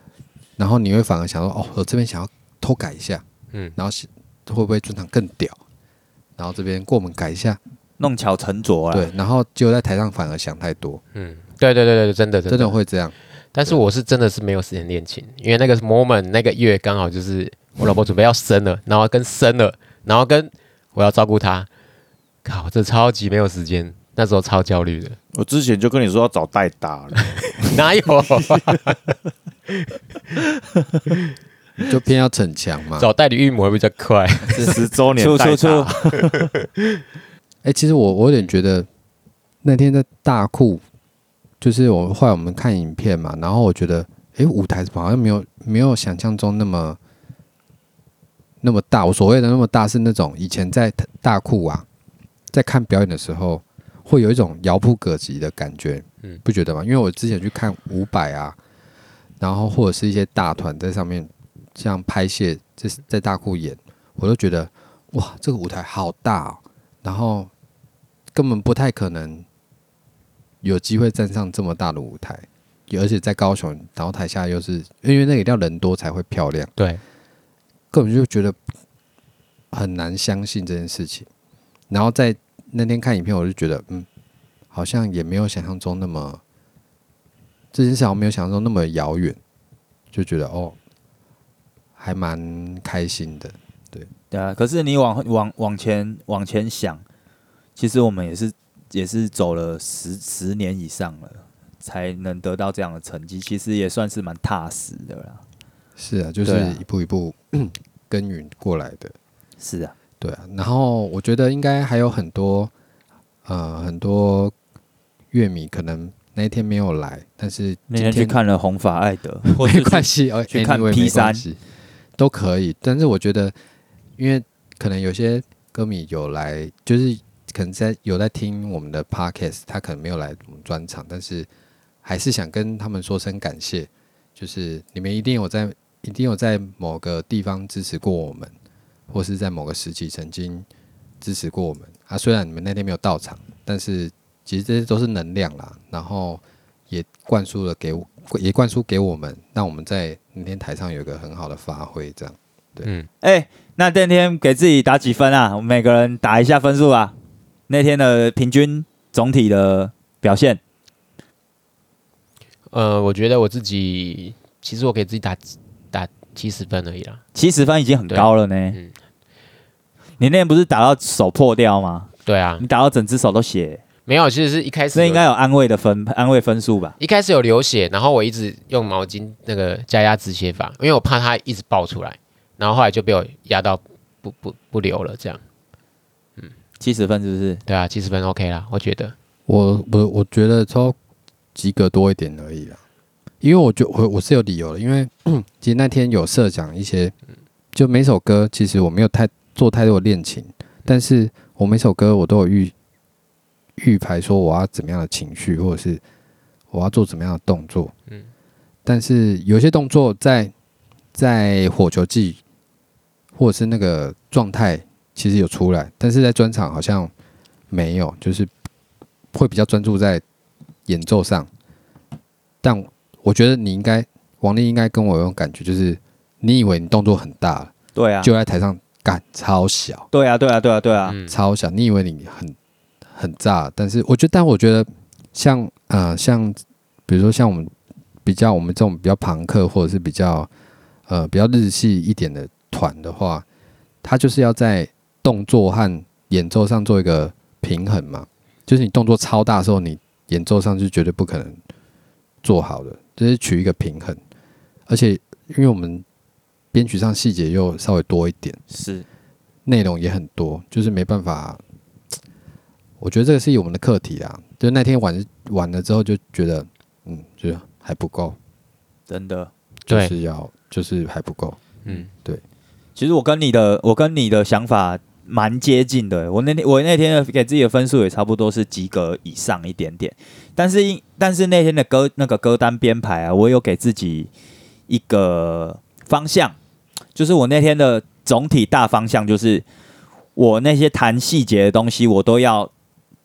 C: 然后你会反而想说，哦，我这边想要偷改一下，
D: 嗯
C: 然后是会不会专场更屌？然后这边过门改一下，
B: 弄巧成拙啊了。
C: 对，然后结果在台上反而想太多，
D: 嗯，对对对对，真的真
C: 真
D: 的
C: 的。会这样。
D: 但是我是真的是没有时间练琴，因为那个 moment 那个月刚好就是我老婆准备要生了，然后跟生了，然后跟我要照顾她，靠，这超级没有时间，那时候超焦虑的， <laughs>
A: 我之前就跟你说要找代打 <laughs> 了，
B: <laughs>
D: 哪有
C: 你就偏要逞强
D: <laughs>
C: 嘛。
D: 找代理预模比较快？
A: 十周年
B: 出
A: 代
B: 出
A: 打
B: 出，
C: 哎、其实我我有点觉得那天在大库，就是我后来我们看影片嘛，然后我觉得，哎、舞台好像没有没有想象中那么那么大。我所谓的那么大，是那种以前在大库啊，在看表演的时候，会有一种遥不可及的感觉，
D: 嗯
C: 嗯，不觉得吗？因为我之前去看伍佰啊，然后或者是一些大团在上面像拍戏，这是在大库演，我都觉得哇，这个舞台好大、哦，然后根本不太可能有机会站上这么大的舞台，而且在高雄，然后台下又是因为那个一定要人多才会漂亮，
D: 对，
C: 根本就觉得很难相信这件事情。然后在那天看影片，我就觉得，嗯，好像也没有想象中那么这件事，好像没有想象中那么遥远，就觉得哦，还蛮开心的。
B: 对啊。可是你往往往前往前想，其实我们也是也是走了十十年以上了，才能得到这样的成绩，其实也算是蛮踏实的啦。
C: 是啊，就是
B: 对啊
C: 一步一步 <clears throat> 耕耘过来的。
B: 是啊，
C: 对啊，然后我觉得应该还有很多，呃，很多乐迷可能那一天没有来，但是
B: 那天去看了红发艾德，或
C: 没关
B: 系，
C: 系，哦
B: 去看
C: anyway，
B: P
C: 没
B: 三
C: 关系都可以。但是我觉得，因为可能有些歌迷有来，就是可能在有在听我们的 podcast，他可能没有来我们专场，但是还是想跟他们说声感谢，就是你们一定有在，一定有在某个地方支持过我们，或是在某个时期曾经支持过我们啊。虽然你们那天没有到场，但是其实这些都是能量啦，然后也灌输了给我，也灌输给我们，让我们在那天台上有一个很好的发挥。这样，
D: 嗯，
B: 哎、那那天给自己打几分啊？我们每个人打一下分数啊。那天的平均总体的表现，
D: <laughs> 呃，我觉得我自己其实我给自己打打七十分而已啦，
B: 七十分已经很高了呢。
D: 嗯
B: 你那天不是打到手破掉吗？
D: 对啊
B: 你，打到整只手都血，
D: 没有，其实是一啊开始
B: 所
D: 有
B: 以应该有安慰的分安慰分数吧？
D: 一开始有流血，然后我一直用毛巾那个加压止血法，因为我怕它一直爆出来，然后后来就被我压到不不不流了，这样
B: 七十分是不是？
D: 对啊，七十分 OK 啦，我觉得
C: 我我我觉得超及格多一点而已啦，因为我觉我我是有理由的，因为 <clears throat> 其实那天有设讲一些，就每首歌其实我没有太做太多的练琴，但是我每首歌我都有预预排说我要怎么样的情绪，或者是我要做怎么样的动作。
D: 嗯
C: 嗯，但是有些动作在在火球季或者是那个状态其实有出来，但是在专场好像没有，就是会比较专注在演奏上。但我觉得你应该，王力应该跟我有种感觉，就是你以为你动作很大了，
B: 对啊，
C: 就在台上干超小，
B: 对啊，对啊，对啊，对啊，
D: 嗯，
C: 超小。你以为你很很炸，但是我觉得，但我觉得像呃像比如说像我们比较我们这种比较朋克或者是比较呃比较日系一点的团的话，它就是要在动作和演奏上做一个平衡嘛。就是你动作超大的时候，你演奏上是绝对不可能做好的，就是取一个平衡。而且因为我们编曲上细节又稍微多一点。
B: 是
C: 内容也很多，就是没办法。我觉得这个是我们的课题啊。就那天玩玩了之后，就觉得，嗯，就是还不够，
B: 真的。
C: 就
D: 对，
C: 是要就是还不够。
D: 嗯，
B: 其实我跟你的，我跟你的想法蛮接近的。我那天我那天的给自己的分数也差不多是及格以上一点点，但是因但是那天的歌那个歌单编排啊，我有给自己一个方向，就是我那天的总体大方向就是我那些弹细节的东西，我都要。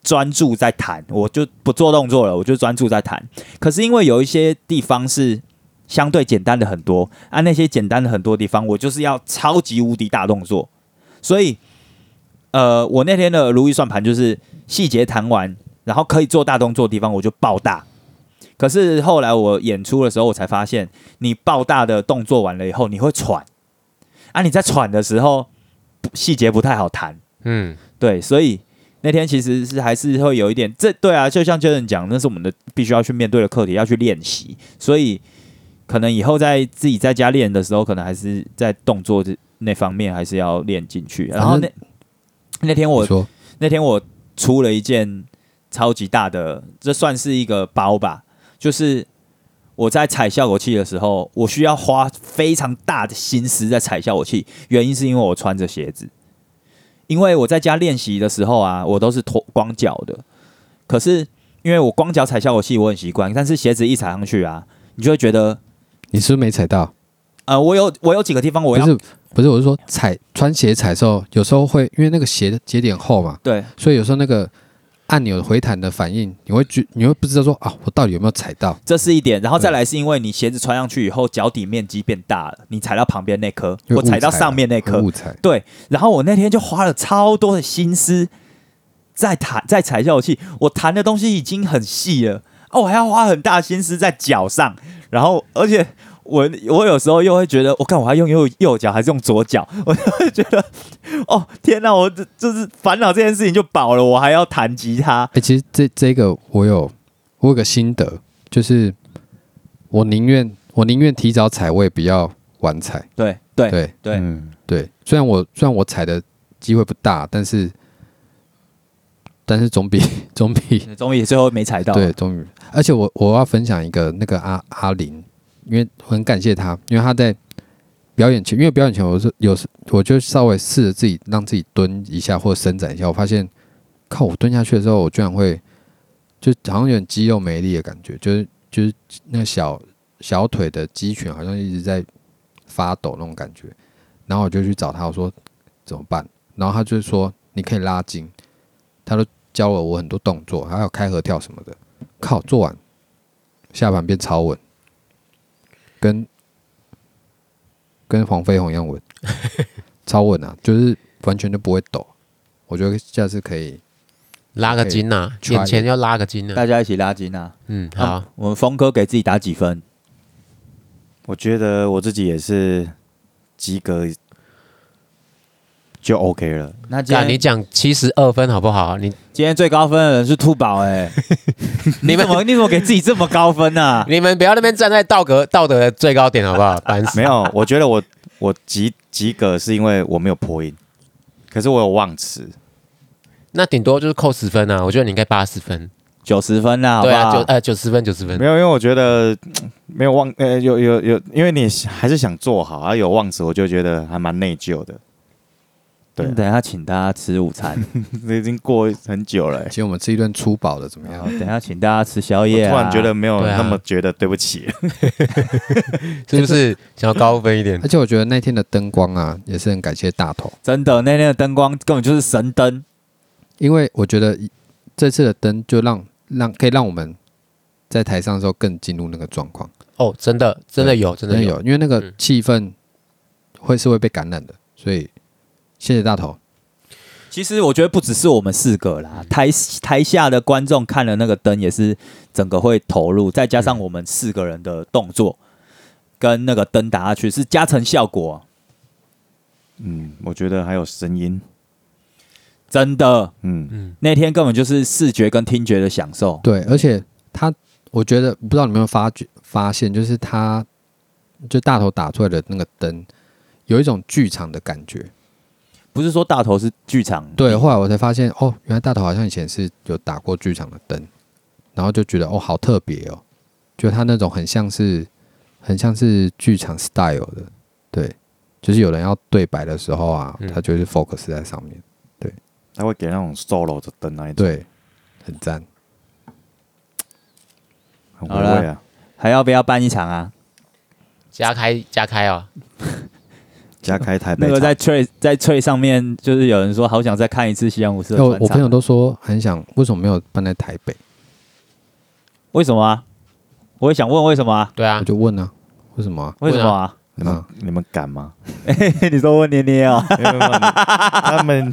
B: 专注在弹，我就不做动作了，我就专注在弹。可是因为有一些地方是相对简单的很多。啊，那些简单的很多地方，我就是要超级无敌大动作。所以，呃，我那天的如意算盘就是细节弹完，然后可以做大动作的地方我就爆大。可是后来我演出的时候，我才发现，你爆大的动作完了以后，你会喘。啊，你在喘的时候，不细节不太好弹。
D: 嗯，
B: 对，所以那天其实是还是会有一点，这对啊，就像 Jason 讲，那是我们的必须要去面对的课题，要去练习。所以可能以后在自己在家练的时候，可能还是在动作这那方面还是要练进去。然后那那天我
C: 你说
B: 那天我出了一件超级大的，这算是一个包吧，就是我在踩效果器的时候，我需要花非常大的心思在踩效果器，原因是因为我穿着鞋子，因为我在家练习的时候啊，我都是脱光脚的，可是因为我光脚踩效果器我很习惯，但是鞋子一踩上去啊，你就会觉得，
C: 你是不是没踩到？
B: 呃，我有我有几个地方我
C: 不
B: 要
C: 是不是，我是说踩穿鞋踩的时候，有时候会因为那个鞋的节点厚嘛，
B: 对
C: 所以有时候那个按钮回弹的反应，你会觉你会不知道说啊，我到底有没有踩到？
B: 这是一点，然后再来是因为你鞋子穿上去以后，脚底面积变大了，你踩到旁边那颗，
C: 因为
B: 我踩到
C: 误啊
B: 上面那
C: 会
B: 颗，
C: 误踩。
B: 对。然后我那天就花了超多的心思在弹，在踩效果器，我弹的东西已经很细了，哦，我还要花很大心思在脚上，然后而且。我我有时候又会觉得，我、看我还用右右脚还是用左脚， <laughs> 我就会觉得，哦天哪，我这就是烦恼这件事情就饱了，我还要弹吉他
C: 哎、，其实这这个我有我有个心得，就是我宁愿我宁愿提早踩，我也不要晚踩。
B: 对对
C: 对
B: 对
A: 嗯
C: 对，虽然我虽然我踩的机会不大，但是但是总比 <laughs> 总比
B: 终于最后没踩到，
C: 对总比，而且我我要分享一个那个阿阿林，因为我很感谢他，因为他在表演前，因为表演前我是有时我就稍微试着自己让自己蹲一下或伸展一下，我发现靠我蹲下去的时候，我居然会就好像有点肌肉没力的感觉，就是就是那个小小腿的肌群好像一直在发抖那种感觉，然后我就去找他，我说怎么办？然后他就说你可以拉筋，他都教了我很多动作，还有开合跳什么的，靠做完下盘变超稳，跟跟黄飞鸿一样稳， <laughs> 超稳啊，就是完全就不会抖。我觉得下次可以，
D: 拉个筋呐，
C: 可以
D: 眼前要拉个筋呐，
B: 大家一起拉筋啊！
D: 嗯，好，
B: 我们峰哥给自己打几分？
A: 我觉得我自己也是及格就 OK 了。
B: 那今
D: 那你
B: 天
D: 讲七十二分好不好？你
B: 今天最高分的人是兔宝哎， <laughs> 你怎么你怎么给自己这么高分啊呢、
D: 你们不要那边站在道德道德的最高点好不好？烦 <laughs> 死！
A: 没有，我觉得我我及及格是因为我没有破音，可是我有忘词。
D: 那顶多就是扣十分啊，我觉得你应该八十分。
B: 九十分啦、好不
D: 对啊，
B: 好？
D: 九呃九十分九十分
A: 没。有，因为我觉得嗯没有忘，呃，有有有，因为你还是想做好，啊，有忘词，我就觉得还蛮内疚的。对啊
B: 嗯等一下请大家吃午 <laughs> 餐，
A: 这已经过很久了、欸
C: 其实我们吃一顿粗饱的怎么
B: 然
C: 样
B: 后？等一下请大家吃宵
A: 我
B: 夜、啊。
A: 突然觉得没有
D: 对啊
A: 那么觉得对不起。
D: 是不是想要高分一点
C: 而？且我觉得那天的灯光啊，也是很感谢大头，
B: 真的那天的灯光根本就是神灯，
C: 因为我觉得一这次的灯就让让可以让我们在台上的时候更进入那个状况，
D: <laughs> 哦，真的，真的有，真嗯
C: 真的
D: 的有。
C: 有，因为那个
D: 嗯
C: 气氛会是会被感染的，所以谢谢大头，
B: 其实我觉得不只是我们四个啦，台台下的观众看了那个灯也是整个会投入，再加上我们四个人的动作跟那个灯打下去是加成效果、
A: 嗯，我觉得还有声音，
B: 真的。
A: 嗯，
D: 嗯，
B: 那天根本就是视觉跟听觉的享受，
C: 对，而且他，我觉得不知道你有没有发觉发现，就是他就大头打出来的那个灯，有一种剧场的感觉。
B: 不是说大头是剧场
C: 对，后来我才发现，哦，原来大头好像以前是有打过剧场的灯，然后就觉得哦，好特别哦，就他那种很像是很像是剧场 style 的，对，就是有人要对白的时候啊，
D: 嗯
C: 他就是 focus 在上面，
A: 他会给那种 solo 的灯那一种，
C: 对，很赞。
A: 很
B: 好
A: 回
B: 啦
A: 味啊，
B: 还要不要办一场啊？
D: 加开加开哦，
A: 加开台北
B: <laughs> 那个
A: 场
B: 在翠在翠上面，就是有人说好想再看一次西洋武士的
C: 我
B: 专
C: 我朋友
B: 场，
C: 都说很想，为什么没有办在台北？
B: 为什么啊？我也想问为什么啊？
D: 对啊
C: 我，就问啊，为什么、啊？
B: 为什么啊？
A: 你们
C: 啊
A: 你们敢吗？ <laughs>
B: <laughs> 你说问捏捏啊？
A: 没有没有他们，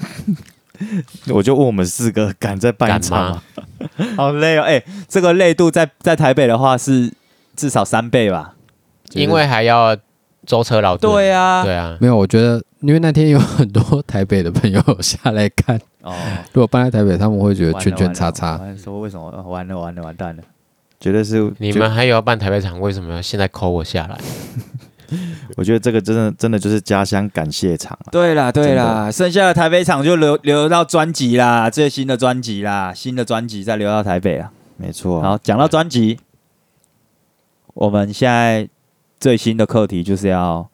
A: <laughs> 我就问我们四个敢再办一
D: 敢
A: 场
D: 吗
A: 吗？？
B: 好累哦，哎、这个累度在在台北的话是至少三倍吧？
D: 因为还要舟车劳顿。
B: 对啊，
D: 对啊，
C: 没有，我觉得因为那天有很多台北的朋友下来看，
B: 哦，
C: 如果搬在台北，他们会觉得圈圈叉
B: 完了
C: 叉。
B: 完了说为什么完了完了完蛋了？
A: 绝对是
D: 你
A: 绝
D: 们还有要办台北场，为什么要现在扣我下来？
A: 我觉得这个真的真的就是家乡感谢场啊，
B: 对啦对
A: 啦
B: 啦，剩下的台北场就留留到专辑啦，最新的专辑啦，新的专辑再留到台北啦。
A: 没错啊。
B: 好，讲到专辑，我们现在最新的课题就是要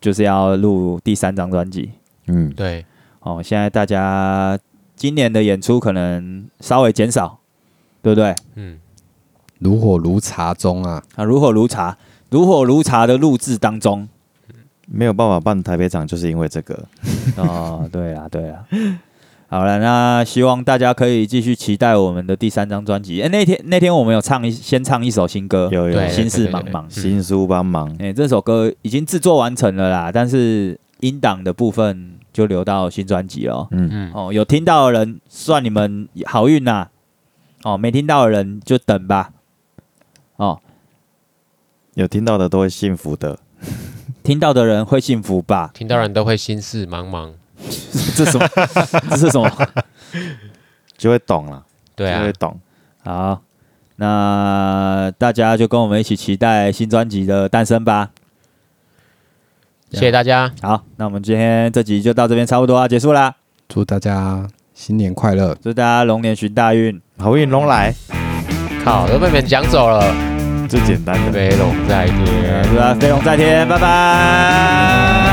B: 就是要录第三张专辑
A: 嗯，
D: 对，
B: 哦。现在大家今年的演出可能稍微减少，对不对？
D: 嗯，
C: 如火如茶中啊，
B: 啊，如火如茶，如火如茶的录制当中。
A: 没有办法办台北场，就是因为这个。
B: <laughs> 哦，对啦，对啦。好了，那希望大家可以继续期待我们的第三张专辑。哎、那天那天我们有唱一先唱一首新歌，
A: 有有
D: 对，
B: 心事
D: 对
B: 茫茫。
D: 对对对嗯
A: 新书帮忙，
B: 哎、这首歌已经制作完成了啦，但是音档的部分就留到新专辑了哦。
A: 嗯，
D: 嗯，
B: 哦，有听到的人算你们好运呐、哦，没听到的人就等吧。哦，
A: 有听到的都会幸福的。
B: 听到的人会幸福吧？
D: 听到人都会心事茫茫。
B: 这是什么？ <laughs> 这是什么？
A: 就会懂了，
D: 对
A: 就
D: 啊
A: 会，懂。
B: 好，那大家就跟我们一起期待新专辑的诞生吧。
D: 谢谢大家，
B: 好，那我们今天这集就到这边差不多要啊结束啦，
C: 祝大家新年快乐！
B: 祝大家龙年行大运，
A: 好运龙来，
D: 靠，都被你们讲走了，
A: 最简单的。
D: 飞龙在天。
B: 祝大家飞龙在天，拜拜。